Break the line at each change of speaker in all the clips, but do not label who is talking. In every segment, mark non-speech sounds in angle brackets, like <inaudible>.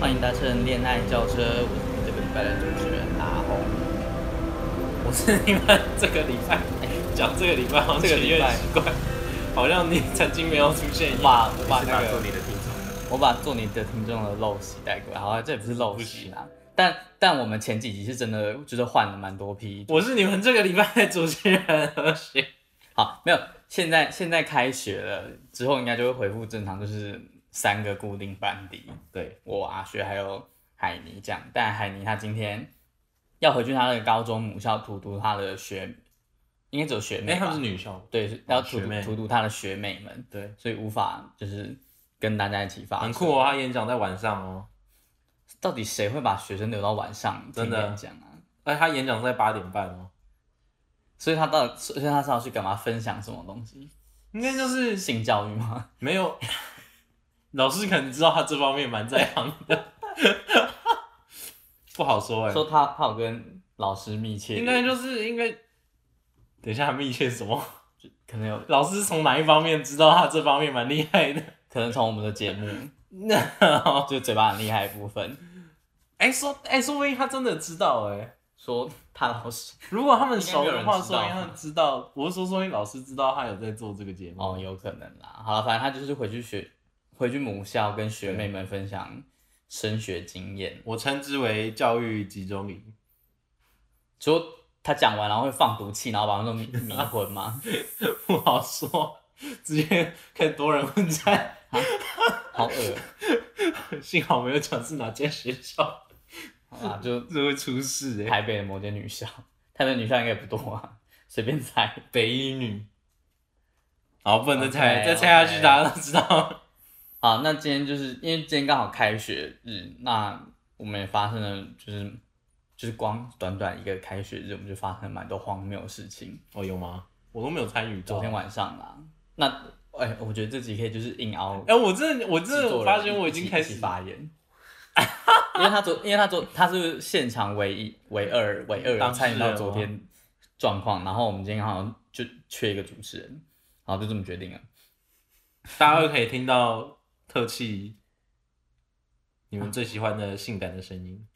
欢迎搭乘恋爱轿车，我是这个礼拜的主持人阿红。
我 <laughs> 是你们这个礼拜讲这个礼拜好像
这个
取
礼
悦
拜
奇怪，好像你曾经没有出现一
我
样。
把我把
是
那
把做
个
你的听众，
我把做你的听众的陋习带过来，好、啊，这也不是陋习啦，但但我们前几集是真的就是换了蛮多批。
我是你们这个礼拜的主持人何雪。
好，没有，现在现在开学了之后，应该就会恢复正常，就是三个固定班底，对我阿学还有海尼这样。但海尼他今天要回去他的高中母校荼毒他的学，应该只有学妹
哎，他
吧？
们是女校。
对，是要荼
学
毒
妹
荼毒他的学妹们，
对，
所以无法就是跟大家一起发。
很酷哦，！他演讲在晚上哦，
到底谁会把学生留到晚上
真的
听演讲啊？
哎，他演讲在八点半哦，
所以他到，所以他是要去干嘛？分享什么东西？
应该就是
性教育吗？
没有。 <laughs> 老师可能知道他这方面蛮在行的， <laughs> 不好说哎。
说他他有跟老师密切，
应该就是应该，等一下密切什么？
可能有，
老师从哪一方面知道他这方面蛮厉害的？
可能从我们的节目，
那
就嘴巴很厉害的部分，
<laughs> 哎、说哎、说不定他真的知道哎、
说他老师
如果他们熟的话，
应该没有人知
说
道
不定他们知道。我是说，说不定老师知道他有在做这个节目。
哦，有可能啦。好了，反正他就是回去学，回去母校跟学妹们分享升学经验。
我称之为教育集中营。
只有他讲完，然后会放毒气，然后把他们都迷迷昏吗？
不好说，直接看多人混战。
好恶
幸好没有讲是哪间学校，
好啦，就
这会出事哎、
台北的某间女校，台北的女校应该也不多啊， <laughs> 随便猜。
北一女。好，不能再猜
OK，
再猜下
OK
去大家都知道。
好，那今天就是因为今天刚好开学日，那我们也发生了，就是就是光短短一个开学日，我们就发生了蛮多荒谬的事情。
哦，有吗？我都没有参与到。
昨天晚上啦，那哎、我觉得这集可以就是硬凹
哎、我真的，我真
制
的
作人一起，
发现我已经开
一
始
起发言。 <laughs> 因为他昨，因为他昨他是现场唯一、唯二、唯二
当
有
事
参
人哦
与到昨天状况，然后我们今天好像就缺一个主持人，然后就这么决定了。
<laughs> 大家都可以听到特气，你们最喜欢的性感的声音。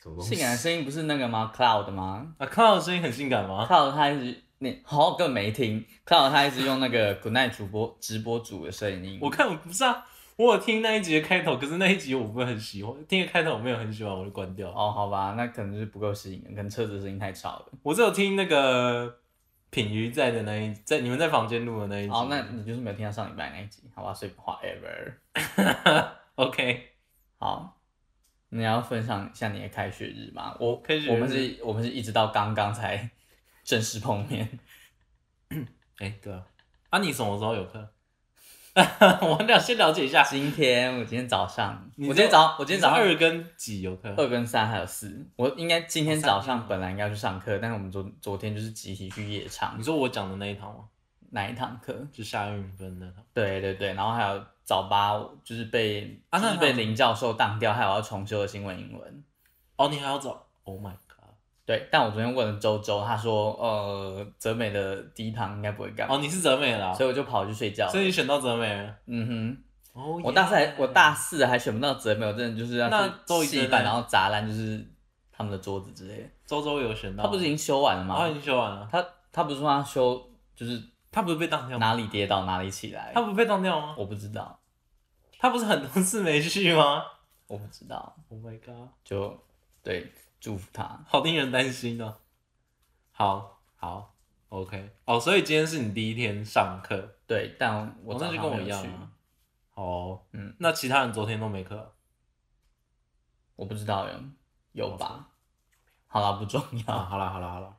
什么东
性
西？
感的声音不是那个吗？Cloud 吗？
啊，看到的声音很性感吗？
Cloud 他一直你好像根本没听，Cloud 他一直用那个 Good Night 主播直播主的声音。
我看我不是啊，我有听那一集的开头，可是那一集我不是很喜欢，听个开头我没有很喜欢，我就关掉。
哦，好吧，那可能就是不够吸引人，可能车子声音太吵了。
我只有听那个品瑜在的那一，在你们在房间录的那一集。
哦，那你就是没有听到上礼拜那一集，好吧，所以 whatever。
OK，
好，你要分享一下你的开学日吗？我
开学日
我们是，我们是一直到刚刚才正式碰面。
哎、对啊，啊，你什么时候有课？ <laughs> 我们俩先了解一下。
<laughs> 今天我今天早上，
你
我今
知道
天早我今天早上
二跟几有课？
二跟三还有四，我应该今天
哦三
早上本来应该去上课，但是我们昨昨天就是集体去夜场
你，说我讲的那一堂吗？
哪一堂课？
就夏运分那堂。
对对对，然后还有早八，就是被、
啊
就
那
是被
那
林教授当掉，还有要重修的新闻英文。
哦，你还要找？Oh my god！
对，但我昨天问了周周，他说呃，泽美的第一堂应该不会干嘛，
哦，你是泽美啦，
所以我就跑去睡觉了。
所以你选到泽美了。
嗯
哦
哼，我大四还我大四还选不到泽美，我真的就是要
那周
去
一
戏
真
班，
的
然后砸烂就是他们的桌子之类的。
周周有选到，哦
他不是已经修完了吗？
他已经修完了，
他他不是说他修就是
啊他不是被当掉吗？
哪里跌倒哪里起来
他？不是被当掉吗？
我不知道，
他不是很多次没去吗
我不知道，
？Oh my god，
就对，祝福他。
好令人担心哦。好，好，OK，哦，所以今天是你第一天上课，
对，但我
哦
早
那
上
就跟我
没有
一样
去
啊。哦，
嗯，
那其他人昨天都没课
我不知道有有吧？好啦，不重
啊？
要。
好啦，好啦，好啦，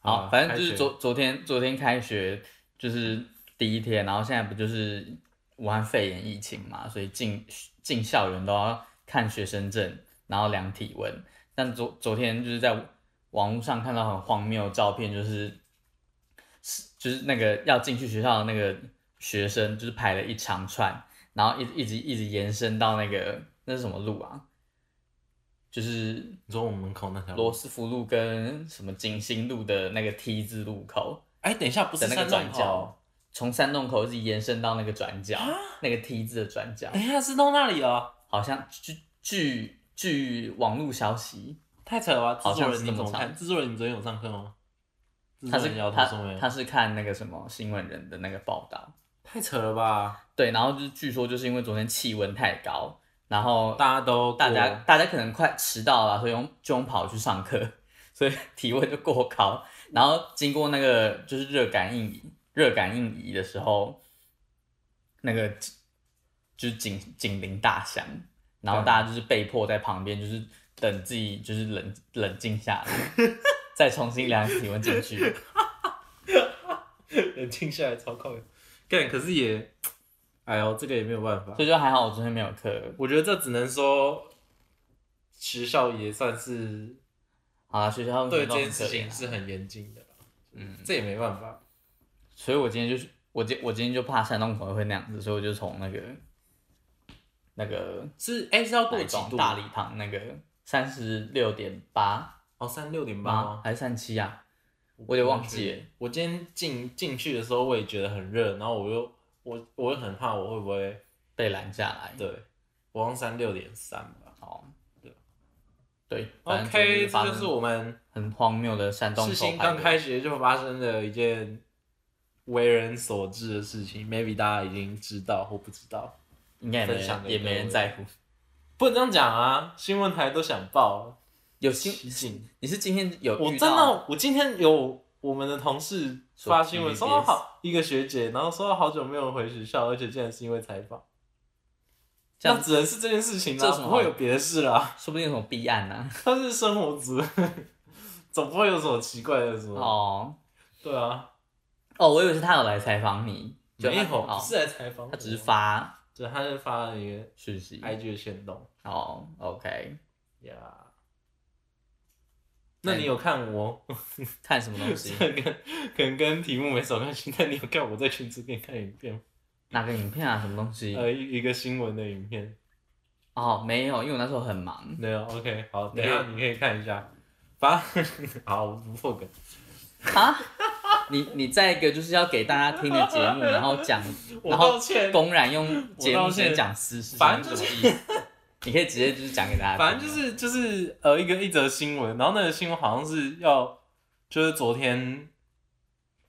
好，
啦
反正就是
啊开学
昨昨天昨天开学就是第一天，然后现在不就是武汉肺炎疫情嘛，所以进进校园都要看学生证，然后量体温。但昨昨天就是在网络上看到很荒谬的照片，就是是就是那个要进去学校的那个学生，就是排了一长串，然后一直一直一直延伸到那个那是什么路啊？就是
你说我们门口那条路
罗，斯福路跟什么景兴路的那个 T 字路口
哎，等一下，不是
的那个
三
转
洞
角
口，，啊
从山洞口一直延伸到那个转角，那个 T 字的转角，
等一下是到那里哦。
好像据据据网络消息，
太扯了吧！制
好
作
像
人
是
你
这
怎
么
么看？
唱
制作人你昨天有上课吗？制
他是
作人摇头
他
说没有
他，是看那个什么新闻人的那个报道，
太扯了吧！
对，然后就是据说就是因为昨天气温太高，然后
大家都过
大家 <laughs> 大家可能快迟到了，所以用就用跑去上课， <laughs> 所以体温就过高。然后经过那个就是热感应仪，热感应仪的时候，那个就是警警铃大响，然后大家就是被迫在旁边就是等自己就是冷冷静下
<laughs>
来，再重新量体温进去。
冷静下来，超靠谱。干，可是也，哎呦，这个也没有办法。
所以就还好我昨天没有课。
我觉得这只能说，学校也算是
好啦，学校
对
都
这
很
件事
可
情
怜啊
是很严谨的啦。嗯，这也没办法。
所以我今天就是我今我今天就怕山东口会那样子，所以我就从那个那个
是哎、是要过
台
几
中
度？
大礼堂那个三十六点八
哦，三六点八
吗？
吗？
还是三七啊？我有点忘记了。
我今天进进去的时候，我也觉得很热，然后我又我我又很怕我会不会
被拦下来。
对，我好像三六点三吧。
哦，对反正
OK，
发
这就
生
是我们
很荒谬的山东
事
口
情
排
刚
队。
开学就发生的一件为人所知的事情，maybe 大家已经知道或不知道，
应该也没
分享
人
给
也没人
各位
在乎。
不能这样讲啊！新闻台都想报，
有
奇
新
景。
你是今天有
我
遇
真
到
的，哦我今天有我们的同事发新闻
说
说好一个学姐，然后说好久没有回学校，而且竟然是因为采访，
这
那
样，
只能是这件事情
这
啦
有，什么
不
好
会有别的事啦。
说不定有什么弊案呢、
他是生活族， <laughs> 总不会有什么奇怪的什么。
哦
对啊，
哦，我以为是他有来采访你，就
没有，
他
不
哦，
是来采访我，
他只是发嗯
对，他是发了一个
讯息。
IG 的行动
哦，OK，
呀。
哎
那你有看我？
嗯看什么东西？ <laughs>
这个 <laughs> 可能跟题目没什么关系，但你有看我在群组里面看影片吗？
哪个影片啊？什么东西？
呃，一一个新闻的影片。
哦，没有，因为我那时候很忙。
没有，OK，好，
没
等
有
一下你可以看一下。反 <laughs> 正好，我不破梗。
啊？ <laughs> 你你再一个就是要给大家听的节目，然后讲，
我
然
道
后
歉。
公然用节
我
目
道歉
先讲私事，
反正就是
什么意思？ <laughs> 你可以直接就是讲给大家听。
反正就是就是呃一个一则新闻，然后那个新闻好像是要就是昨天，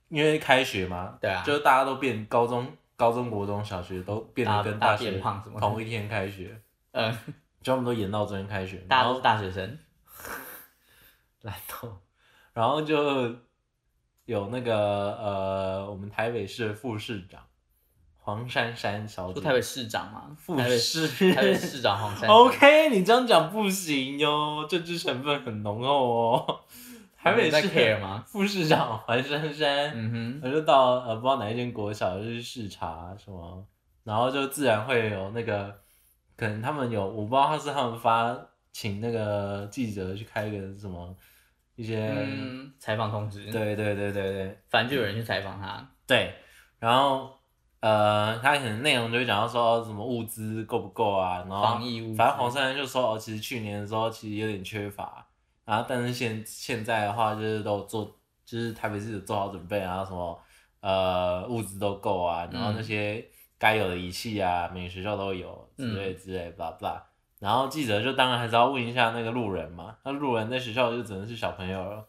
因为开学嘛，
对啊
就是大家都变高中、高中、国中小学都变
大
得
家
跟
大家
学
变胖什么的
同一天开学，
呃，
就他们都延到昨天开学，
大
然
家
后
都是大学生，
懒惰，然后就有那个呃我们台北市的副市长黄珊珊小
说
姐，
台北市长嘛，
副
台北
市
台北市长黄珊珊
OK，你这样讲不行哟，政治成分很浓厚哦。台北
你在
市
care 吗？
副市长黄珊珊，
<laughs> 嗯
我就到呃不知道哪一间国小就是视察什么，然后就自然会有那个，可能他们有我不知道他是他们发请那个记者去开个什么一些
哼，，嗯，采访通知，，
呃对对对对对，
反正就有人去采访他，
对，然后呃，他可能内容就会讲到说、哦、什么物资够不够啊，然后
防疫物资
反正黄珊珊就说哦，其实去年的时候其实有点缺乏，然后但是现现在的话就是都有做，就是台北市有做好准备啊，什么呃物资都够啊，然后那
嗯
些该有的仪器啊，每个学校都有之类之类，blah blah。然后记者就当然还是要问一下那个路人嘛，那路人在学校就只能是小朋友了，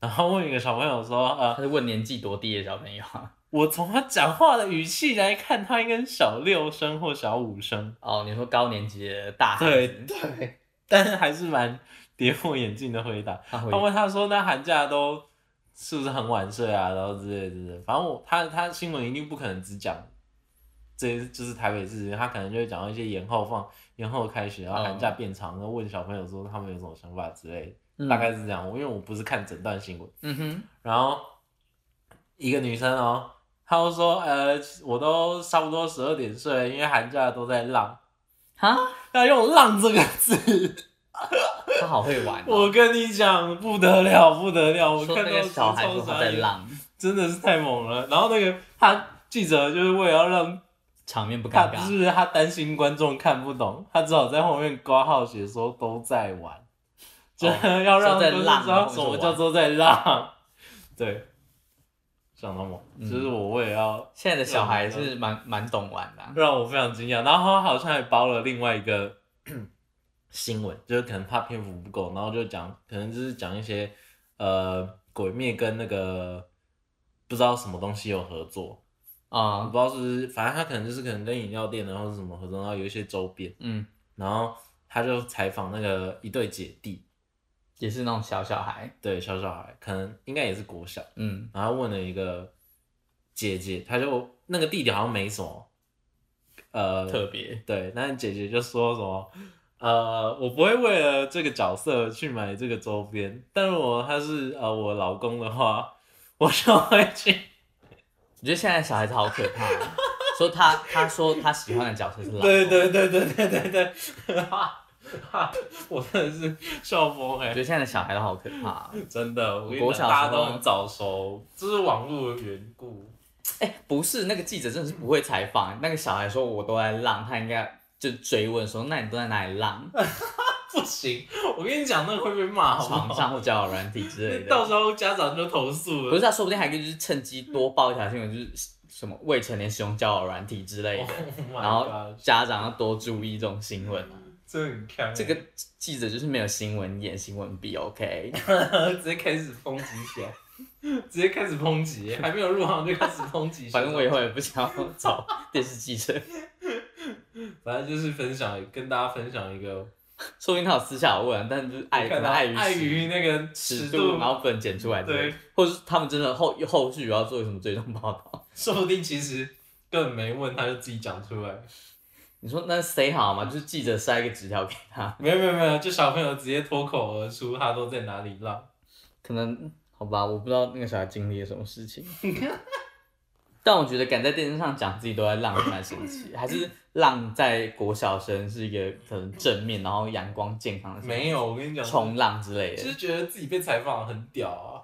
然后问一个小朋友说，呃，
他是问年纪多低的小朋友。
我从他讲话的语气来看，他应该是小六生或小五生。
哦，你说高年级的大孩子，
对，但是还是蛮跌破眼镜的回答。
他会
他问他说：“那寒假都是不是很晚睡啊？”然后之类之类，反正我他他新闻一定不可能只讲这就是台北市，他可能就会讲到一些延后放延后开学，然后
嗯
寒假变长，然后问小朋友说他们有什么想法之类的，
嗯
大概是这样。我因为我不是看整段新闻。
嗯哼，
然后一个女生哦，她就说：“呃，我都差不多十二点睡，因为寒假都在浪。
哈，”
要用“浪”这个字，
他好会玩、哦。
我跟你讲，不得了，不得了！我
说
看
那
到
个小孩
超
说他
傻
在
眼，
浪，
真的是太猛了。然后那个他记者就是为了要让
场面不
他
尴
不
尬。
是他担心观众看不懂，他只好在后面挂号写说都在玩，就、 <laughs> 要让
说在
观众
浪
知
然后
道啊什
就
么
玩
叫做在浪。 <laughs> 对，相当猛，就是我为了要。
现在的小孩
啊
是蛮蛮懂玩的啊、
让我非常惊讶。然后他好像还包了另外一个 <coughs> 新闻，就是可能怕篇幅不够，然后就讲，可能就是讲一些呃鬼灭跟那个不知道什么东西有合作，我
啊
不，知道是不是，反正他可能就是可能跟饮料店然后是什么合作，然后有一些周边，
嗯，
然后他就采访那个一对姐弟，
也是那种小小孩，
对小小孩，可能应该也是国小，
嗯，
然后问了一个姐姐，他就那个弟弟好像没什么，呃，
特别，
对，但是姐姐就说什么，呃，我不会为了这个角色去买这个周边，但如果他是呃我老公的话，我就会去。
我觉得现在小孩子好可怕哦。说他他说他喜欢的角色是老，
对对对对对对
<laughs>
对，哈哈，我真的是笑疯哎、
我觉得现在的小孩都好可怕哦。
真的，我跟你
国小
讲，
时候
大家都很早熟，这是网络的缘故。
哎、不是那个记者真的是不会采访，那个小孩说我都在浪，他应该就追问说那你都在哪里浪？
不行，我跟你讲，那个会被骂，好不
床
好？
上或交友软体之
<laughs>
类的。
到时候家长就投诉
不
了。
是，他啊说不定还可以就是趁机多报一条新闻，就是什么未成年使用交友软体之类的，
Oh
然
my
后
god，
家长要多注意这种新闻。
这很欸看
这个记者就是没有新闻眼、新闻笔，OK？
<laughs> 直接开始抨击起来，直接开始
<laughs>
抨击，还没有入行就开始抨击。
反正我以后也不想要找电视记者，
反正就是分享，跟大家分享一个，
说不定他有私下有问，但是就是碍可
看
能
到
碍于
碍于那个
尺
尺
度，然后不能剪出来之类的，或者是他们真的后后续有要做什么追踪报道？
说不定其实根本没问，他就自己讲出来。
你说那谁好嘛？就是记者塞一个纸条给他，
没有没有没有，就小朋友直接脱口而出，他都在哪里浪。
可能好吧，我不知道那个小孩经历了什么事情。 <laughs> 但我觉得敢在电视上讲自己都在浪，蛮神奇。还是浪在国小生是一个可能正面，然后阳光健康的，
没有，我跟你讲，
冲浪之类
就是
的。
觉得自己被采访很屌啊。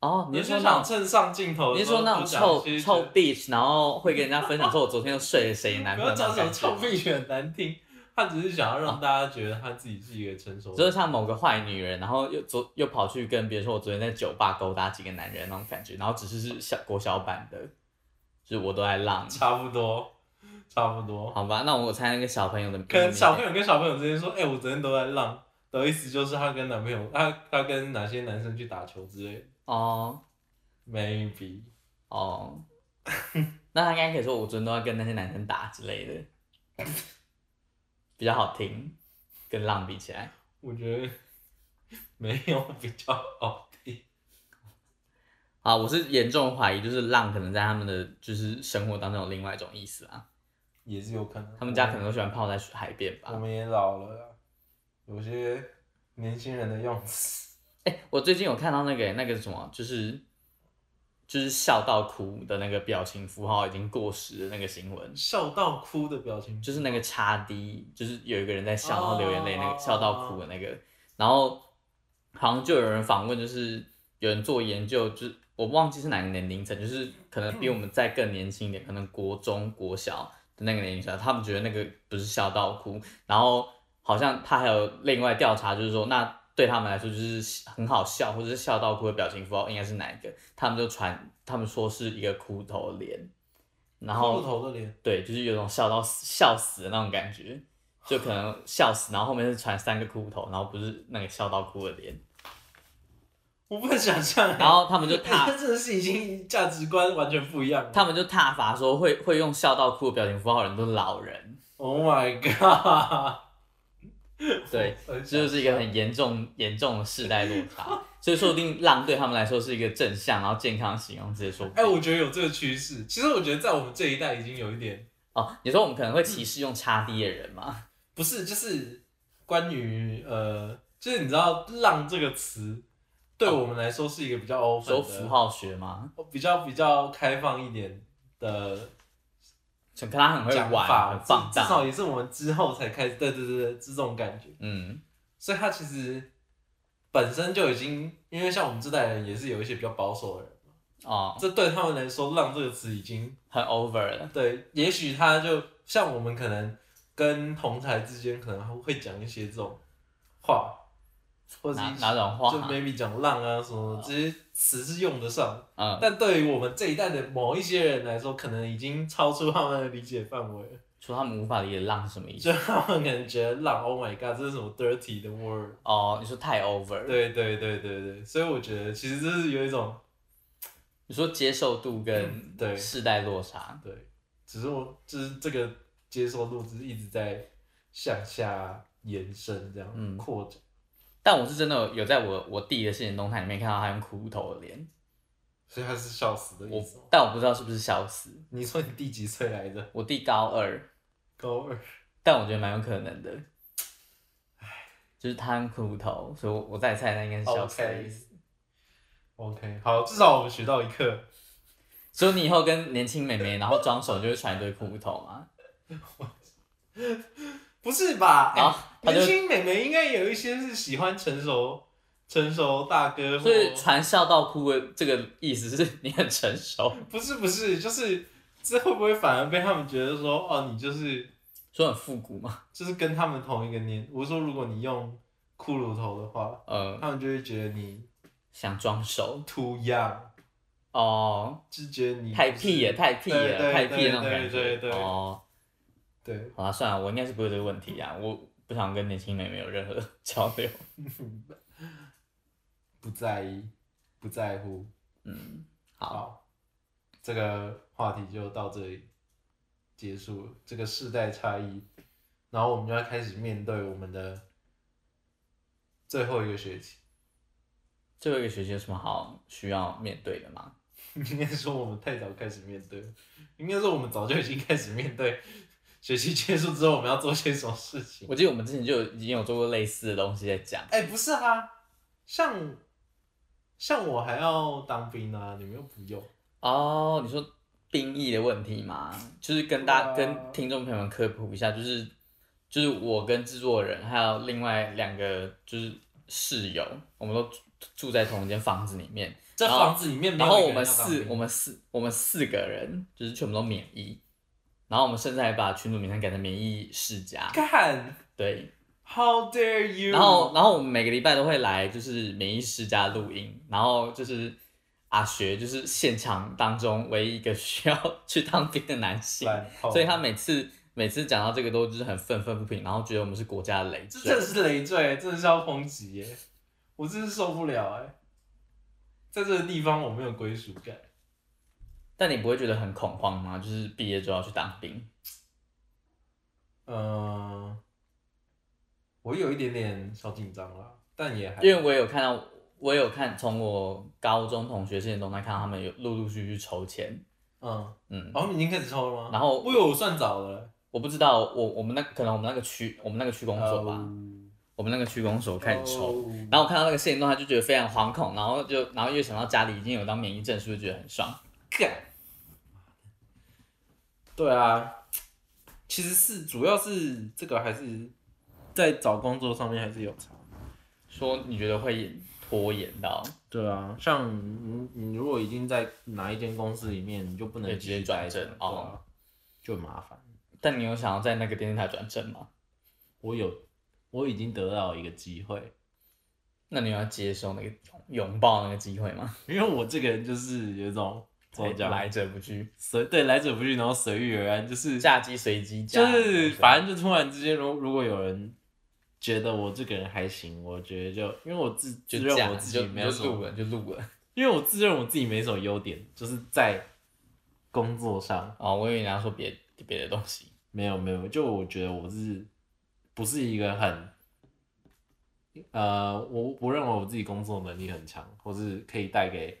哦，你
你
是说
就
那
想
种，
趁上镜头
你
的
是
时候
说那
多
种
讲一
臭
些，
臭 bitch，然后会跟人家分享说我昨天又睡了谁男
不
朋友
要
那
讲
种
什
感
么臭
觉。
屁，很难听。他只是想要让大家觉得他自己是一个成熟的人。
就是像某个坏女人，然后又昨又跑去跟别人说，我昨天在酒吧勾搭几个男人那种感觉，然后只是是小国小版的，就是我都在浪。
差不多，差不多。
好吧，那我猜那个小朋友的，
可能小朋友跟小朋友之间说：“哎、我昨天都在浪。”的意思就是她跟男朋友，她她跟哪些男生去打球之类的
哦
，maybe
哦，
<laughs>
那他应该可以说我昨天都在跟那些男生打之类的，比较好听，跟浪比起来。
我觉得 <laughs> 没有比较好听。
啊，我是严重怀疑，就是浪可能在他们的就是生活当中有另外一种意思啊。
也是有可能。
他们家可能都喜欢泡在水海边
我
吧。
们也老了啦，有些年轻人的用词，
哎、我最近有看到那个那个什么，就是就是笑到哭的那个表情符号已经过时的那个新闻，
笑到哭的表情，
就是那个叉 D，就是有一个人在笑，然后流眼泪那
哦
个笑到哭的那个，然后好像就有人访问，就是有人做研究，就是我忘记是哪个年龄层，就是可能比我们再更年轻一点，可能国中、国小的那个年龄层，他们觉得那个不是笑到哭，然后好像他还有另外调查，就是说那。对他们来说，就是很好笑，或者是笑到哭的表情符号应该是哪一个？他们就传，他们说是一个哭头脸，然后
骷髅头的脸，
对，就是有种笑到死笑死的那种感觉，就可能笑死，然后后面是传三个骷头，然后不是那个笑到哭的脸，
我不能想象欸。
然后他们就
<laughs> 他
踏
真的是已经价值观完全不一样了。
他们就踏伐说会会用笑到哭的表情符号的人都是老人，
Oh my god！
对，
我很
这 <laughs> 就是一个很严重严重的世代落差，所以说不定浪对他们来说是一个正向然后健康的形容词，说不
哎、
定
我觉得有这个趋势。其实我觉得在我们这一代已经有一点，
哦，你说我们可能会歧视用叉 D 的人吗？
不是就是关于呃，就是你知道“浪”这个词，对我们来说是一个比较 open
哦说
的
符号学吗？
比较比较开放一点的
可能他很会
讲
玩，
法，
很放
至至
荡，
少也是我们之后才开始，对对对对，是这种感觉。
嗯，
所以它其实本身就已经，因为像我们这代人也是有一些比较保守的人，
哦，
这对他们来说“浪”这个词已经
很 over 了，
对，也许他就像我们可能跟同台之间可能还会讲一些这种话，或者
哪
一些
哪种话哦
就 maybe 讲浪啊什么，这些词是用得上，
嗯，
但对于我们这一代的某一些人来说，可能已经超出他们的理解范围了， <laughs>
说他们无法理解浪是什么意
就
思。
他们可能觉得浪，Oh my god，这是什么 dirty 的 word。
哦，你说太 over，，
对对对对对，所以我觉得其实这是有一种
你说接受度跟
嗯对
世代落差，
对，只是我就是这个接受度只是一直在向下延伸，这样、
嗯
扩展。
但我是真的有有在我我弟的现实动态里面看到他用苦头的脸，
所以他是笑死的意
我
思吗。
但我不知道是不是笑死。
你说你第几岁来着？
我弟高二，
高二。
但我觉得蛮有可能的，就是他很苦头，所以我我再猜那应该是笑死的意
OK
思。。
OK，好，至少我们学到一课。
所以你以后跟年轻妹
<laughs>
妹，然后装手就会传一堆苦头嘛，
不
<laughs>
是吧？
然后
哎
啊他就
年轻妹妹应该有一些是喜欢成熟成熟大哥或，
所以传笑到哭的这个意思是你很成熟，
不是不是，就是这会不会反而被他们觉得说哦，你就是
说很复古嘛，
就是跟他们同一个年，我说如果你用骷髅头的话，
呃，
他们就会觉得你
想装熟
too young，
哦，
就觉得你
太
不是
屁了，太屁
对
了，
对
太屁了那种
对
感
对
觉
对对
哦。
对，
好啦，啊算了，我应该是不会有这个问题啊，我不想跟年轻妹妹有任何 <laughs> 交流。
不在意，不在乎。
嗯，好，
好，这个话题就到这里结束了，这个世代差异，然后我们就要开始面对我们的最后一个学期， <laughs>
最后一个学期有什么好需要面对的吗？
应该说我们太早开始面对了，应该说我们早就已经开始面对学期结束之后我们要做些什么事情。
我记得我们之前就已经有做过类似的东西在讲，
哎、不是啊，像像我还要当兵啊，你们又不用。
哦，你说兵役的问题嘛，就是跟大
对啊
跟听众朋友们科普一下，就是就是我跟制作人还有另外两个就是室友，我们都住住在同一间房子里面，
这
然后
房子里面没
然
有
后
一个
我们
人要当
四
兵
我们四我们四个人就是全部都免疫，然后我们甚至还把群主名称改成免疫世家，
干嗯
对，
，How dare you！
然后然后我们每个礼拜都会来就是免疫世家录音，然后就是。阿学就是现场当中唯一一个 <laughs> 需要去当兵的男性，
烂透
所以他每次每次讲到这个都就是很愤愤不平，然后觉得我们是国家的累
这
赘。
真的是累赘，欸真的是要抨击耶！我真是受不了哎，在这个地方我没有归属感，
但你不会觉得很恐慌吗？就是毕业之后要去当兵，
嗯、我有一点点小紧张啦，但也还
因为我有看到，我有看从我高中同学现实中在看到他们有陆陆续续抽签，
嗯，
嗯，
然后你已经开始抽了吗？
然后
我有算早了欸，
我不知道我我们那可能我们那个区我们那个区公所吧，我们那个区公所开始抽。
嗯哦
然后我看到那个现实动态就觉得非常惶恐，然后就然后又想到家里已经有张免疫证书，就觉得很爽。
干。对啊，其实是主要是这个还是在找工作上面还是有差。
说你觉得会拖延到
对啊，像你你如果已经在哪一间公司里面，你就不能
对直接转正
继续待着
哦
对啊就很麻烦。
但你有想要在那个电视台转正吗？
我有，我已经得到一个机会，
那你有要接受那个拥抱那个机会吗？
因为我这个人就是有一种怎么讲，
哎来者不拒，
随对来者不拒，然后随遇而安，就是
嫁鸡随鸡嫁
就
那种感觉，
是反正就突然之间，如如果有人觉得我这个人还行，我觉得就因为我自自
就
认
嫁
我自己
就
没有
就
什
录
么，
了就录了。
因为我自认我自己没什么优点，就是在工作上。
哦，我以为你要说别别的东西。
没有没有，就我觉得我是不是一个很，呃，我不认为我自己工作能力很强，或是可以带给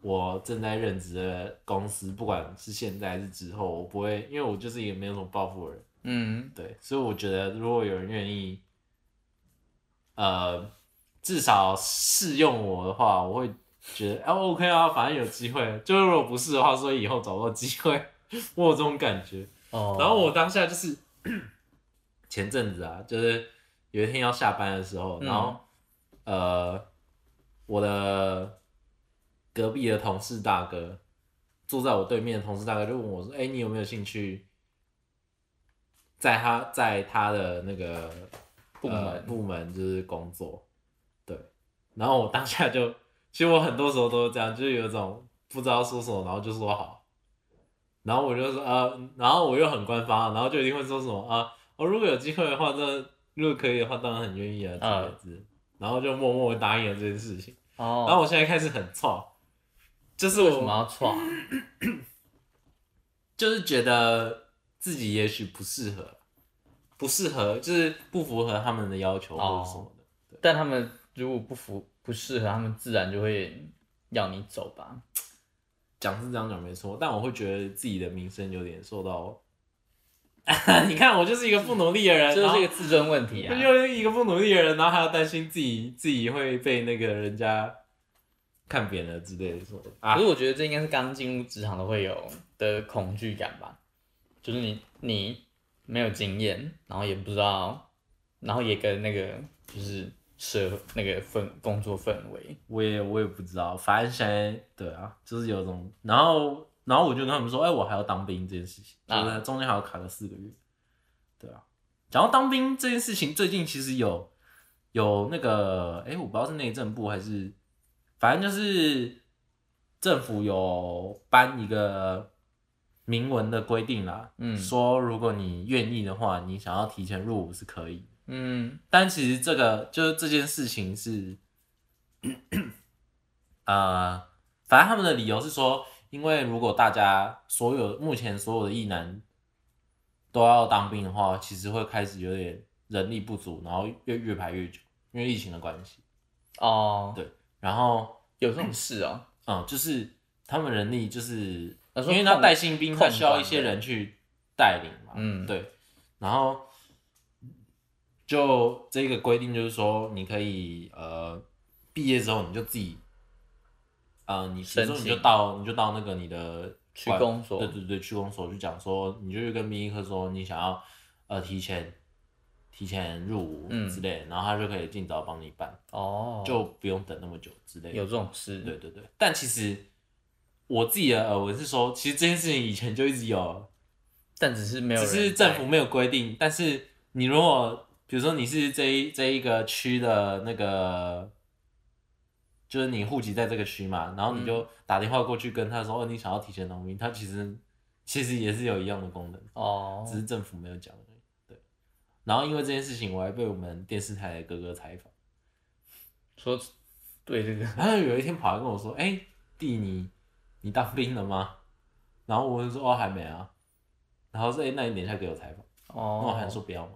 我正在任职的公司，不管是现在还是之后，我不会，因为我就是一个没有什么抱负的人，
嗯，
对，所以我觉得如果有人愿意，呃，至少试用我的话，我会觉得，啊、，OK 啊，反正有机会，就是如果不是的话，所以以后找不到机会， <laughs> 我有这种感觉。
哦，
然后我当下就是 <clears throat> 前阵子啊，就是有一天要下班的时候，
嗯
然后、呃，我的隔壁的同事大哥坐在我对面的同事大哥就问我说：“哎、你有没有兴趣在他在他的那个
部门
呃部门就是工作？”然后我当下就，其实我很多时候都是这样，就是有一种不知道说什么，然后就说好，然后我就说呃，然后我又很官方，然后就一定会说什么啊，我、如果有机会的话，那如果可以的话，当然很愿意啊，
嗯
这样子，然后就默默地答应了这件事情。
哦，
然后我现在开始很燥，就是
为什么
我
要啊创？
就是觉得自己也许不适合，不适合就是不符合他们的要求
哦
或者什么的。
但他们如果不符不适合，他们自然就会要你走吧。
讲是这样讲没错，但我会觉得自己的名声有点受到。 <laughs> 你看，我就是一个不努力的人，
这就
然后
是一个自尊问题啊
我。就是一个不努力的人，然后还要担心自己自己会被那个人家看扁了之类的什么的啊
可是。我觉得这应该是刚进入职场都会有的恐惧感吧，就是你你没有经验，然后也不知道，然后也跟那个就是社那个氛工作氛围，
我也我也不知道，反正现在对啊，就是有种，然后然后我就跟他们说，哎、我还要当兵这件事情，
啊
就是中间还要卡个四个月，对啊。然后当兵这件事情，最近其实有有那个，哎、我不知道是内政部还是，反正就是政府有颁一个明文的规定啦，
嗯
说如果你愿意的话，你想要提前入伍是可以的
嗯
但其实这个就是这件事情是，呃，反正他们的理由是说，因为如果大家所有目前所有的役男都要当兵的话，其实会开始有点人力不足，然后越越排越久，因为疫情的关系。
哦，
对然后，
有这种事哦，
嗯，就是他们人力就是，
他说
因为他
控
带新兵，他
控
需要
管
一
的
些人去带领嘛。
嗯
对，然后就这个规定就是说，你可以呃毕业之后你就自己，呃，你比如
申
说你
请
就到你就到那个你的
区
管
公所
对对对，区公所就讲说，你就去跟兵役科说你想要呃提前提前入伍
嗯
之类的，然后他就可以尽早帮你办，
哦，
就不用等那么久之类的。
有这种事，
对对对，但其实我自己的耳闻是说，其实这件事情以前就一直有了，
但只是没有
只
人在，
是政府没有规定。但是你如果比如说你是这一这一个区的那个，就是你户籍在这个区嘛，然后你就打电话过去跟他说，哦，你想要提前农民，他其实其实也是有一样的功能，
哦，
只是政府没有讲而已。对，然后因为这件事情，我还被我们电视台的哥哥采访。
说对这个，
然后有一天跑来跟我说：“哎、弟你，你当兵了吗？”然后我就说：“哦，还没啊。”然后说：“哎、那你等一下给我采访。”然后我
哦，
还说不要嘛。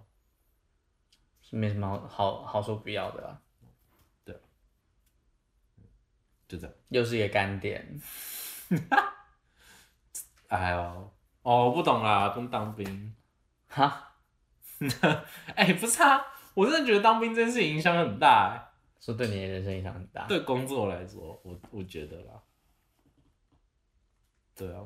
是没什么好好好说不要的啊啦，
就这样。
又是一个干点，
哎呦，哦，我不懂啦，不用当兵。
哈，
哎、不是啊，我真的觉得当兵这件事情影响很大、哎
说对你的人生影响很大，
对工作来说，我我觉得啦。对啊，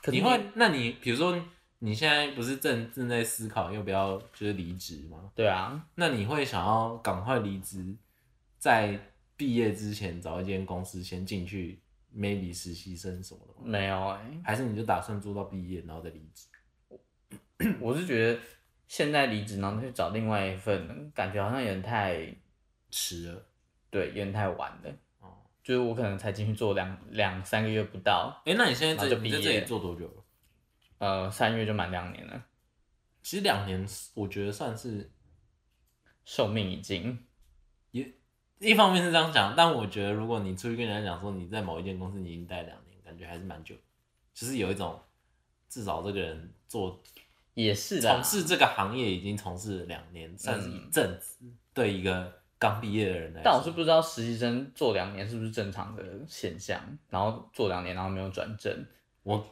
可是
你会？那你比如说，你现在不是正正在思考要不要就是离职吗？
对啊，
那你会想要赶快离职，在毕业之前找一间公司先进去，maybe 实习生什么的吗？
没有哎、
还是你就打算做到毕业然后再离职？
我是觉得现在离职，然后去找另外一份，感觉好像有点太
迟了。
对，有点太晚了。
哦，
就是我可能才进去做两两三个月不到，
哎、那你现在
然后
在
就
你
毕业
在这里做多久了？
呃，三月就满两年了，
其实两年，我觉得算是
寿命已经
一方面是这样讲，但我觉得如果你出去跟人家讲说你在某一间公司你已经待两年，感觉还是蛮久的，就是有一种至少这个人做
也是的啊嗯
从，事这个行业已经从事了两年，算是一阵子，对一个刚毕业的人来说。
但我是不知道实习生做两年是不是正常的现象，然后做两年然后没有转正，
我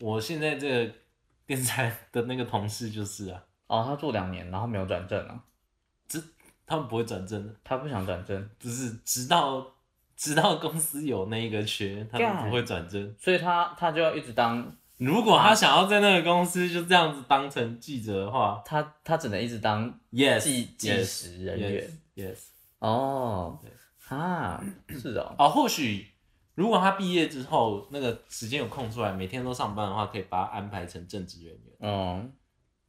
我现在这个 <laughs> 电视台的那个同事就是啊，
哦，他做两年然后没有转正啊，
他们不会转正的，
他不想转正，
不是直到直到公司有那一个缺，他们
干啊
不会转正。
所以他他就要一直当
如果他想要在那个公司就这样子当成记者的话
他他只能一直当
，yes，
计计
yes，
时人员
yes，yes。
哦
对，
哈，是哦，
哦，或许如果他毕业之后那个时间有空出来，每天都上班的话，可以把他安排成正职人员。
嗯。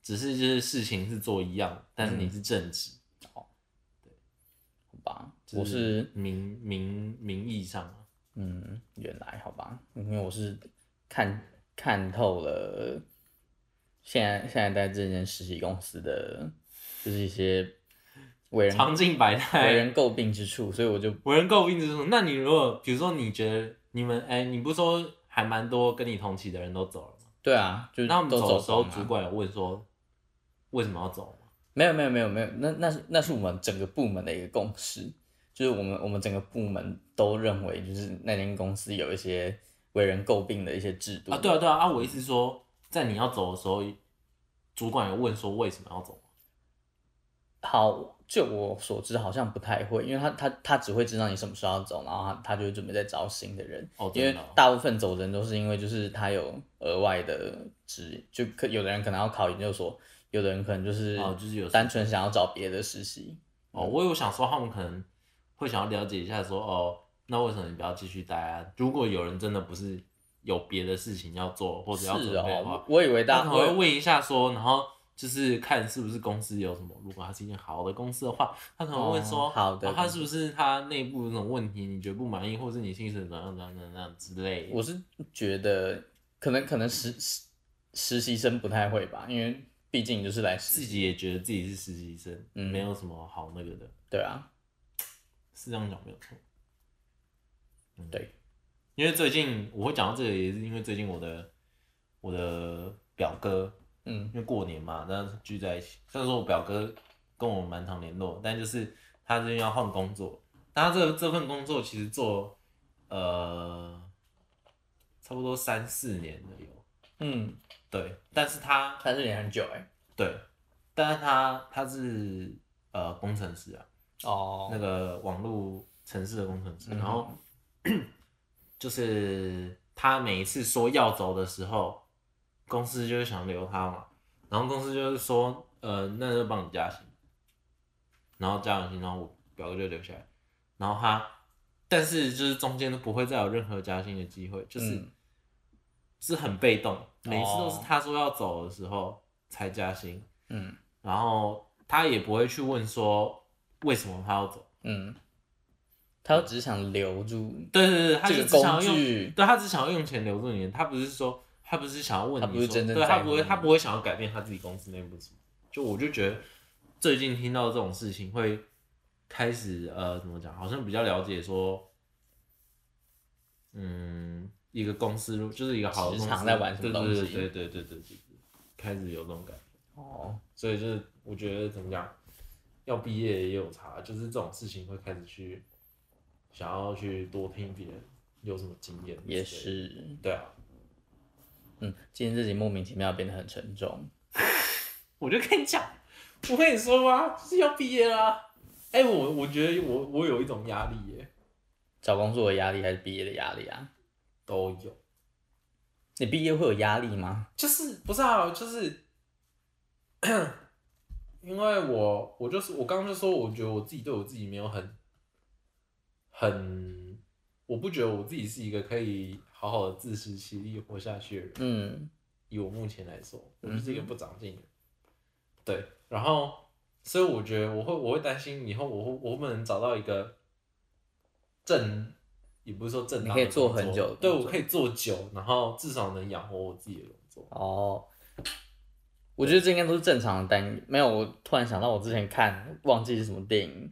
只是就是事情是做一样，但是你是正职，
吧，
这
我是
名名名义上啊嘛，
嗯，原来好吧，因为我是看看透了现在现在在这间实习公司的，就是一些为人
尝尽百
为
态，
人诟病之处，所以我就
为人诟病之处。那你如果比如说你觉得你们哎、你不是说还蛮多跟你同期的人都走了吗？
对啊，就是
那我们
都
走的时候，
光了
主管有问说为什么要走吗？
没有没有没有没有，那那是那是我们整个部门的一个共识，就是我们我们整个部门都认为，就是那间公司有一些为人诟病的一些制度
啊，对啊对啊
嗯
啊！我意思说，在你要走的时候，主管有问说为什么要走吗？
好，就我所知，好像不太会，因为他他他只会知道你什么时候要走，然后他他就会准备再招新的人。
哦，
因
真
为
的哦、
大部分走人都是因为就是他有额外的职，就可有的人可能要考研究所，有的人可能就是
哦就是有
单纯想要找别的实习。
哦，我有想说他们可能会想要了解一下说，哦，那为什么你不要继续待啊？如果有人真的不是有别的事情要做或者
是
要准备的话，
哦，我我以为
那
大家
可能会
会
问一下说，然后就是看是不是公司有什么，如果它是一间好的公司的话，他可能会说，
哦好的
哦他是不是他内部有什么问题，你觉得不满意，或是你薪水怎样怎样怎样怎样之类的。
我是觉得可能可能实实实习生不太会吧，因为毕竟就是来实
自
习，
己也觉得自己是实习生，
嗯
没有什么好那个的，
对啊，
是这样讲没有错。嗯
对，
因为最近我会讲到这个，也是因为最近我的我的表哥，
嗯
因为过年嘛，但是聚在一起。虽然说我表哥跟我蛮常联络，但就是他最近要换工作，但他这这份工作其实做呃差不多三四年了有，
嗯，
对，但是他
但是也很久哎、
对，但是他他是呃工程师啊，
哦
那个网络城市的工程师，
嗯
然后 <clears throat> 就是他每一次说要走的时候，公司就是想留他嘛，然后公司就是说，呃，那就帮你加薪，然后加完薪，然后我表哥就留下来，然后他，但是就是中间都不会再有任何加薪的机会，就是、
嗯
是很被动，每次都是
哦
他说要走的时候才加薪，
嗯
然后他也不会去问说为什么他要走。
嗯，他只是想留住，
对对对，他
这
就
个
只想要用
工具，
对他只想要用钱留住你，他不是说他不是想要问你
他
说，
不是真正
对
在
他
乎
不会
你
他不会想要改变他自己公司内部什么。就我就觉得最近听到这种事情，会开始呃怎么讲，好像比较了解说，嗯，一个公司如就是一个好的
职
公司
场在玩什么东西
对对对对对对对对，开始有这种感觉。
哦，
所以就是我觉得怎么讲，要毕业也有差，就是这种事情会开始去想要去多听别人有什么经验，
也，是，
对啊，
嗯，今天这集莫名其妙变得很沉重，
我就跟你讲， <laughs> 我跟你说吧，就是要毕业啦。哎、我我觉得我我有一种压力耶，
找工作的压力还是毕业的压力啊？
都有，
你毕业会有压力吗？
就是不是啊，就是 <coughs> 因为我我就是我刚刚就说，我觉得我自己对我自己没有很很，我不觉得我自己是一个可以好好的自食其力活下去的人。
嗯
以我目前来说，我
嗯哼
就是一个不长进的人。对，然后所以我觉得我会我会担心以后我会我会不能找到一个正，也不是说正当的
你可以做
工作
很久的
对
工
我
作
可以做久，然后至少能养活我自己的工作。
哦，我觉得这应该都是正常的担。没有，我突然想到我之前看忘记是什么电影，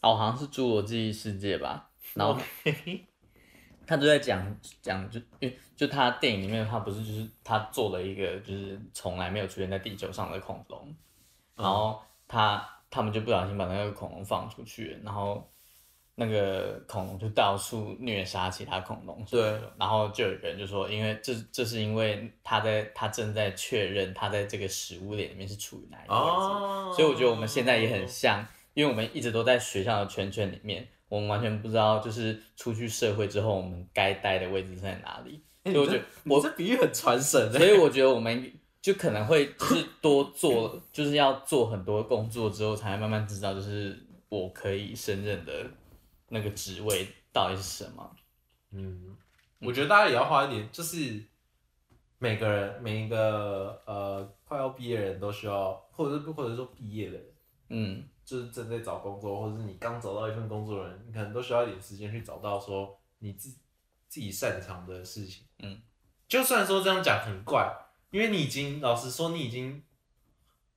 哦，好像是《侏罗纪世界》吧，然后他就在讲讲就因为就他电影里面他不是就是他做了一个就是从来没有出现在地球上的恐龙，然后他他们就不小心把那个恐龙放出去，然后那个恐龙就到处虐杀其他恐龙，
对，
然后就有人就说，因为这这是因为他在他正在确认他在这个食物链里面是处于哪一个位置，
哦，
所以我觉得我们现在也很像，因为我们一直都在学校的圈圈里面，我们完全不知道就是出去社会之后我们该待的位置是在哪
<laughs>
里，
哎，
所以我觉
你
得
这你这比喻很传神欸的
所。以我觉得我们就可能会就是多做，就是要做很多工作之后，才会慢慢知道，就是我可以胜任的那个职位到底是什么。
嗯，我觉得大家也要花一点，就是每个人每一个呃快要毕业的人都需要，或者是或者说毕业的人
嗯，
就是正在找工作，或者是你刚找到一份工作的人，你可能都需要一点时间去找到说你自自己擅长的事情。
嗯，
就算说这样讲很怪，因为你已经老实说，你已经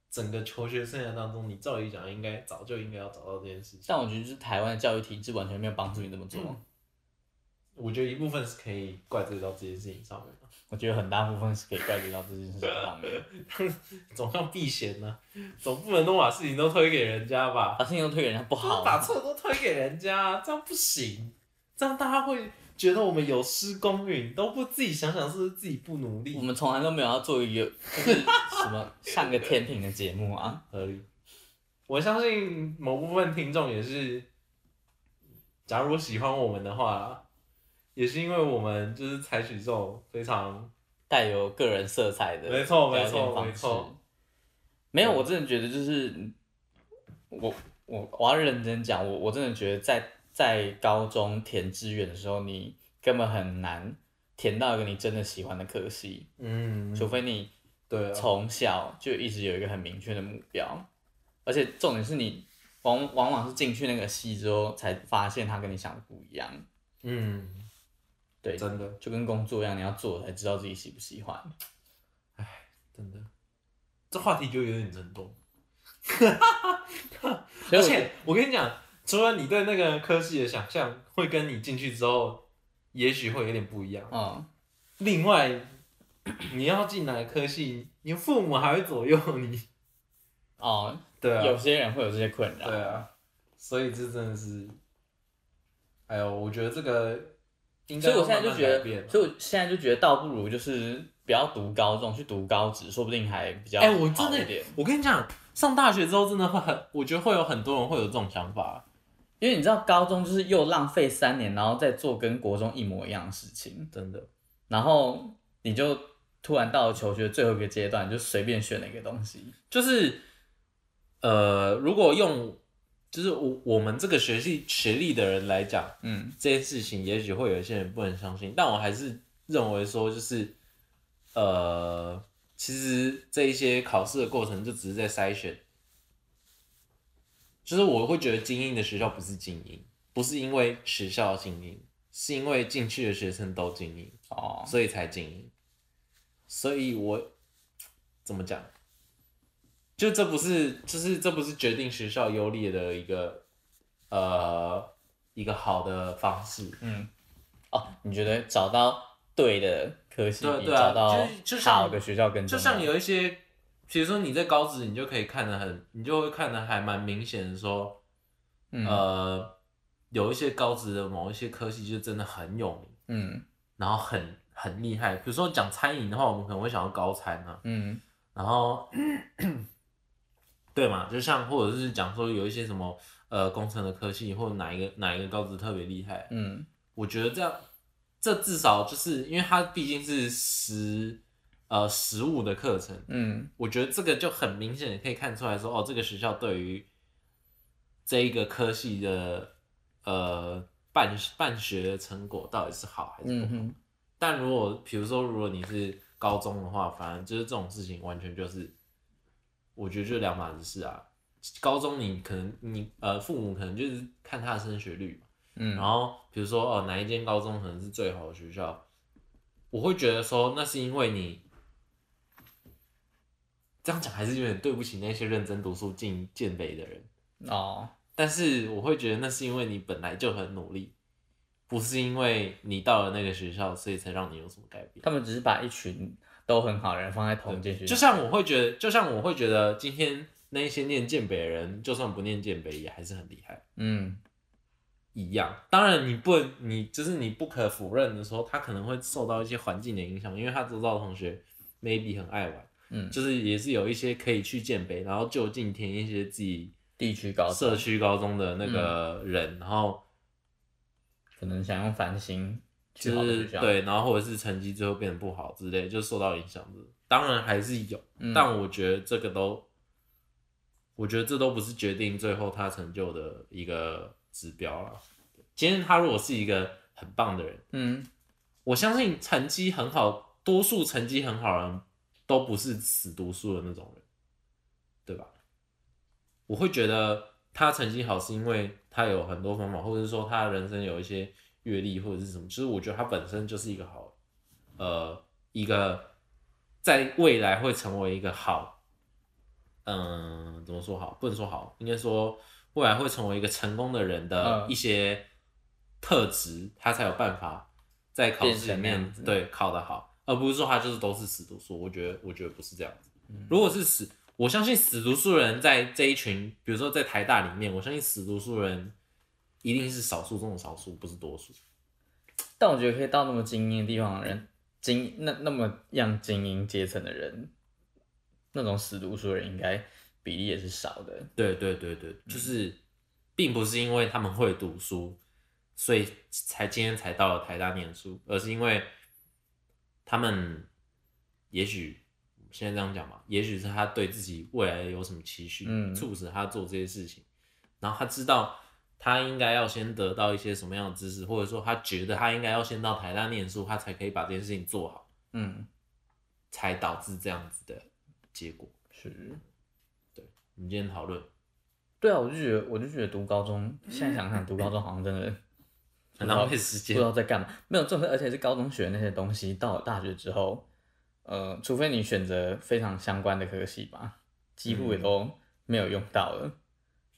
整个求学生涯当中，你照理讲应该早就应该要找到这件事情。
但我觉得就是台湾的教育体制完全没有帮助你这么做，
嗯我觉得一部分是可以怪罪到这件事情上面的，
我觉得很大部分是可以怪罪到这件事情上
<laughs>
面。
总要避嫌呢、总不能都把事情都推给人家吧。
把事情都推给人家不
不要
好，
把错都推给人家，这样不行，这样大家会觉得我们有失公允，都不自己想想是不是自己不努
我
力，
们从来都没有要做一个就是什么上个天庭的节目啊。
合理。我相信某部分听众也是，假如喜欢我们的话，也是因为我们就是采取这种非常
带有个人色彩的
没错没
聊天
错
方
没
式
错。
没有，我真的觉得就是我我我要认真讲，我我真的觉得在在高中填志愿的时候，你根本很难填到一个你真的喜欢的科系，
嗯，
除非你
对啊，
从小就一直有一个很明确的目标，而且重点是你往往往是进去那个系之后才发现它跟你想的不一样，
嗯，
对，
真的
就跟工作一样，你要做了才知道自己喜不喜欢。
真的，这话题就有点沉重。
所以
而
我觉
且我跟你讲，除了你对那个科系的想象会跟你进去之后，也许会有点不一样
得，。嗯，
另外，你要进哪个科系，你父母还会左右你。
哦，
<laughs> 对啊，
有些人会有这些困扰。
对啊，所以这真的是，哎呦，我觉得这个应该
所以我现在
要
就
慢慢
觉
改变
得，所以我现在就觉得，倒不如就是不要读高中，去读高职，说不定还比较
哎、我真
好一
的
点。，
我跟你讲，上大学之后真的会很，我觉得会有很多人会有这种想法。
因为你知道，高中就是又浪费三年，然后再做跟国中一模一样的事情，
真的，
然后你就突然到了求学最后一个阶段，你就随便选了一个东西。
就是呃，如果用就是我我们这个学历学历的人来讲
嗯
这件事情，也许会有一些人不能相信，但我还是认为说，就是呃，其实这一些考试的过程就只是在筛选，就是我会觉得精英的学校不是精英，不是因为学校精英，是因为进去的学生都精英。
哦，
所以才精英。所以我怎么讲？就这不是，就是这不是决定学校优劣的一个呃一个好的方式。
嗯，哦，你觉得找到对的科系
对
比
对啊
找到
就是就像
好的学校更重
就
要？
像有一些，比如说你在高职，你就可以看得很，你就会看得还蛮明显的说，
嗯
呃，有一些高职的某一些科系就真的很有名，
嗯
然后很很厉害。比如说讲餐饮的话，我们可能会想到高餐啊，
嗯
然后， <coughs> 对嘛，就像或者是讲说有一些什么呃工程的科系，或者哪一个哪一个高职特别厉害，
嗯
我觉得这样，这至少就是因为它毕竟是实呃实物的课程，
嗯
我觉得这个就很明显的可以看出来说，哦，这个学校对于这一个科系的呃办办学的成果到底是好还是不好。
嗯哼
但如果比如说，如果你是高中的话，反正就是这种事情完全就是，我觉得就两码子事啊。高中你可能你呃父母可能就是看他的升学率嘛，
嗯
然后比如说哦哪一间高中可能是最好的学校，我会觉得说那是因为你这样讲还是有点对不起那些认真读书进建北的人，
哦。
但是我会觉得那是因为你本来就很努力，不是因为你到了那个学校所以才让你有什么改变。
他们只是把一群都很好的人放在同一间学校，
就像我会觉得，就像我会觉得，今天那一些念建北的人，就算不念建北，也还是很厉害
嗯
一样。当然，你不能，你就是你不可否认的说，他可能会受到一些环境的影响，因为他周遭的同学 maybe 很爱玩，
嗯，
就是也是有一些可以去建北，然后就近填一些自己
地区高中
社区高中的那个
嗯
人，然后
可能想用繁星去好
就
的
是
学校，，
对，然后或者是成绩最后变得不好之类，就受到影响的。当然还是有，
嗯
但我觉得这个都，我觉得这都不是决定最后他成就的一个指标了。今天他如果是一个很棒的人，
嗯
我相信成绩很好，多数成绩很好的人都不是死读书的那种人，对吧？我会觉得他成绩好是因为他有很多方法，或者是说他人生有一些阅历或者是什么，就是我觉得他本身就是一个好，呃，一个在未来会成为一个好，嗯、怎么说好？不能说好，应该说未来会成为一个成功的人的
嗯
一些特质，他才有办法在考试
变
里
成那样
面嗯
子
对考得好，而不是说他就是都是死读书。我觉得，我觉得不是这样子。如果是死，我相信死读书人在这一群，比如说在台大里面，我相信死读书人一定是少数中的少数，不是多数。
但我觉得可以到那么精英的地方的人，精那那么样精英阶层的人，那种死读书的人应该比例也是少的。
对对对对，就是，并不是因为他们会读书，所以才今天才到了台大念书，而是因为他们也许现在这样讲嘛，也许是他对自己未来有什么期许，
嗯
促使他做这些事情，然后他知道他应该要先得到一些什么样的知识，或者说他觉得他应该要先到台大念书，他才可以把这件事情做好，
嗯，
才导致这样子的结果。
是。
我们今天讨论
对啊，我就觉得，我就觉得读高中，现在想想读高中好像真的不知
很
道
浪费时
不
间
知，道在干嘛。没有，重点是而且是高中学的那些东西，到了大学之后，呃，除非你选择非常相关的科系吧，几乎也
嗯
都没有用到了。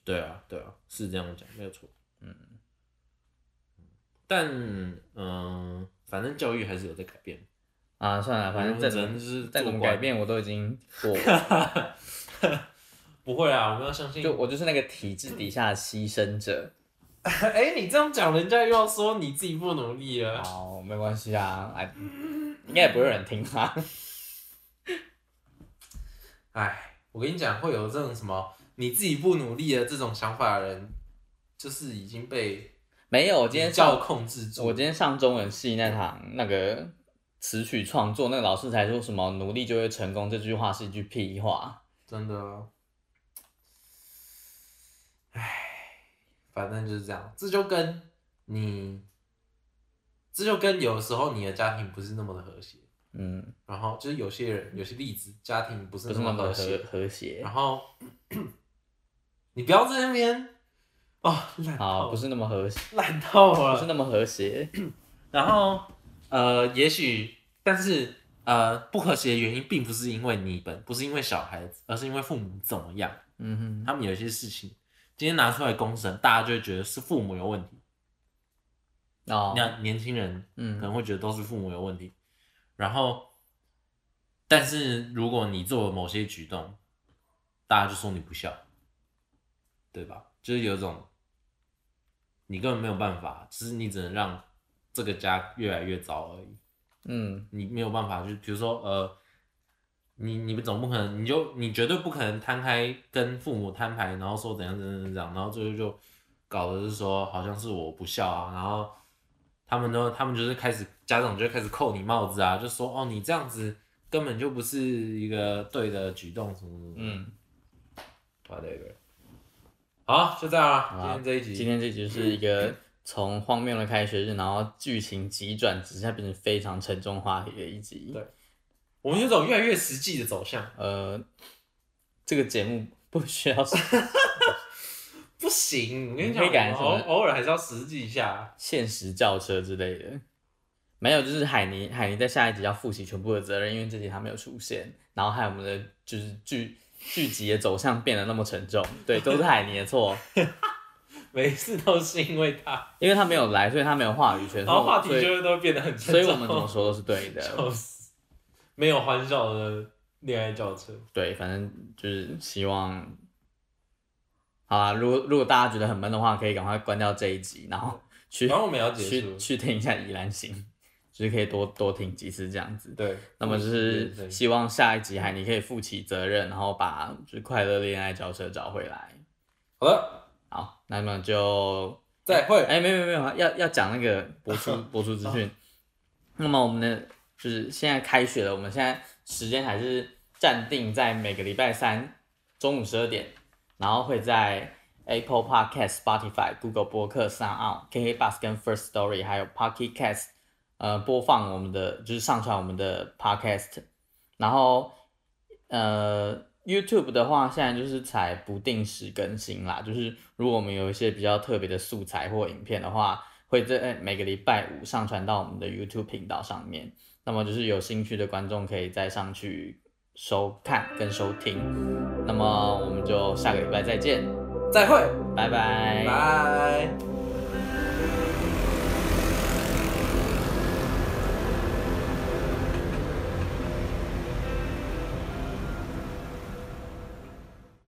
对啊，对啊，是这样讲，没有错。嗯，但嗯、反正教育还是有在改变。
啊，算了，反正
我们
再
只能
怎
就是
再
做
怎么
官
改变，我都已经过
<laughs>
了，
不会啊，我们要相信。
就我就是那个体制底下的牺牲者。
<laughs> 哎、你这样讲，人家又要说你自己不努力了。
好，没关系啊，哎，应该也不会有人听啊吧？
哎，我跟你讲，会有这种什么你自己不努力的这种想法的人，就是已经被
<laughs> 没有，我今天上
教控制住。
我今天上中文系那堂那个词曲创作，那个老师才说什么努力就会成功，这句话是一句屁话。
真的啊，唉，反正就是这样，这就跟你，这就跟有时候你的家庭不是那么的和谐，
嗯，
然后就是有些人有些例子家庭不是
不
那
是那
么
么和
和谐，
和谐啊
然，后你不要在那边哦，烂
好，
透
不
了，
是那么和谐，
烂透
不
了
是，那么和谐。
然后呃，也许，但是呃，不和谐的原因并不是因为你本，不是因为小孩子，而是因为父母怎么样。
嗯哼，
他们有一些事情今天拿出来公审，大家就会觉得是父母有问题。
哦，
那年轻人可
嗯
能会觉得都是父母有问题，然后，但是如果你做了某些举动，大家就说你不孝，对吧？就是有一种你根本没有办法，只是你只能让这个家越来越糟而已。
嗯，
你没有办法，就是比如说呃，你你们总不可能，你就你绝对不可能摊开跟父母摊牌，然后说怎样怎样怎样，然后最后就搞的是说好像是我不孝啊，然后他们都他们就是开始家长就开始扣你帽子啊，就说哦你这样子根本就不是一个对的举动什么什么，
嗯，
，whatever。好，就这样了，今
啊
天这一集，
今天这集就是一个从荒谬的开学日，然后剧情急转直下，变成非常沉重话题的一集。
对我们就走越来越实际的走向，
呃，这个节目不需要
不行，我跟
你
你讲，
可以改
我们
什么
偶偶尔还是要实际一下。
现实轿车之类的。没有，就是海尼，海尼在下一集要负起全部的责任，因为这集他没有出现，然后害我们的就是剧剧集的走向变得那么沉重，对，都是海尼的错，
每次都是因为他，
因为他没有来，所以他没有话语权，
然后话题
所以
就会都变得很沉重。
所以我们怎么说都是对
哦
的，
就是没有欢笑的恋爱轿车。
对，反正就是希望，好啦，如果如果大家觉得很闷的话，可以赶快关掉这一集，然后去
然后我们也要结
去
束，
去听一下《宜兰行》， <laughs> 就是可以多多听几次这样子，
对。
那么就
对
是
对
希望下一集还你可以负起责任，然后把就是快乐恋爱交车找回来。
好了，
好，那么就
再会。
哎、没有没有没有，要要讲那个播出播出资讯。那么我们的就是现在开学了，我们现在时间还是暂定在每个礼拜三中午十二点，然后会在 Apple Podcast、Spotify、Google 播客、s o u n KK Bus 跟 First Story 还有 Pocket Cast 呃播放我们的就是上传我们的 Podcast，然后呃。 YouTube 的话，现在就是采不定时更新啦，就是如果我们有一些比较特别的素材或影片的话，会在呃每个礼拜五上传到我们的 YouTube 频道上面。那么就是有兴趣的观众可以再上去收看跟收听。那么我们就下个礼拜再见，
再会，
拜拜。
拜。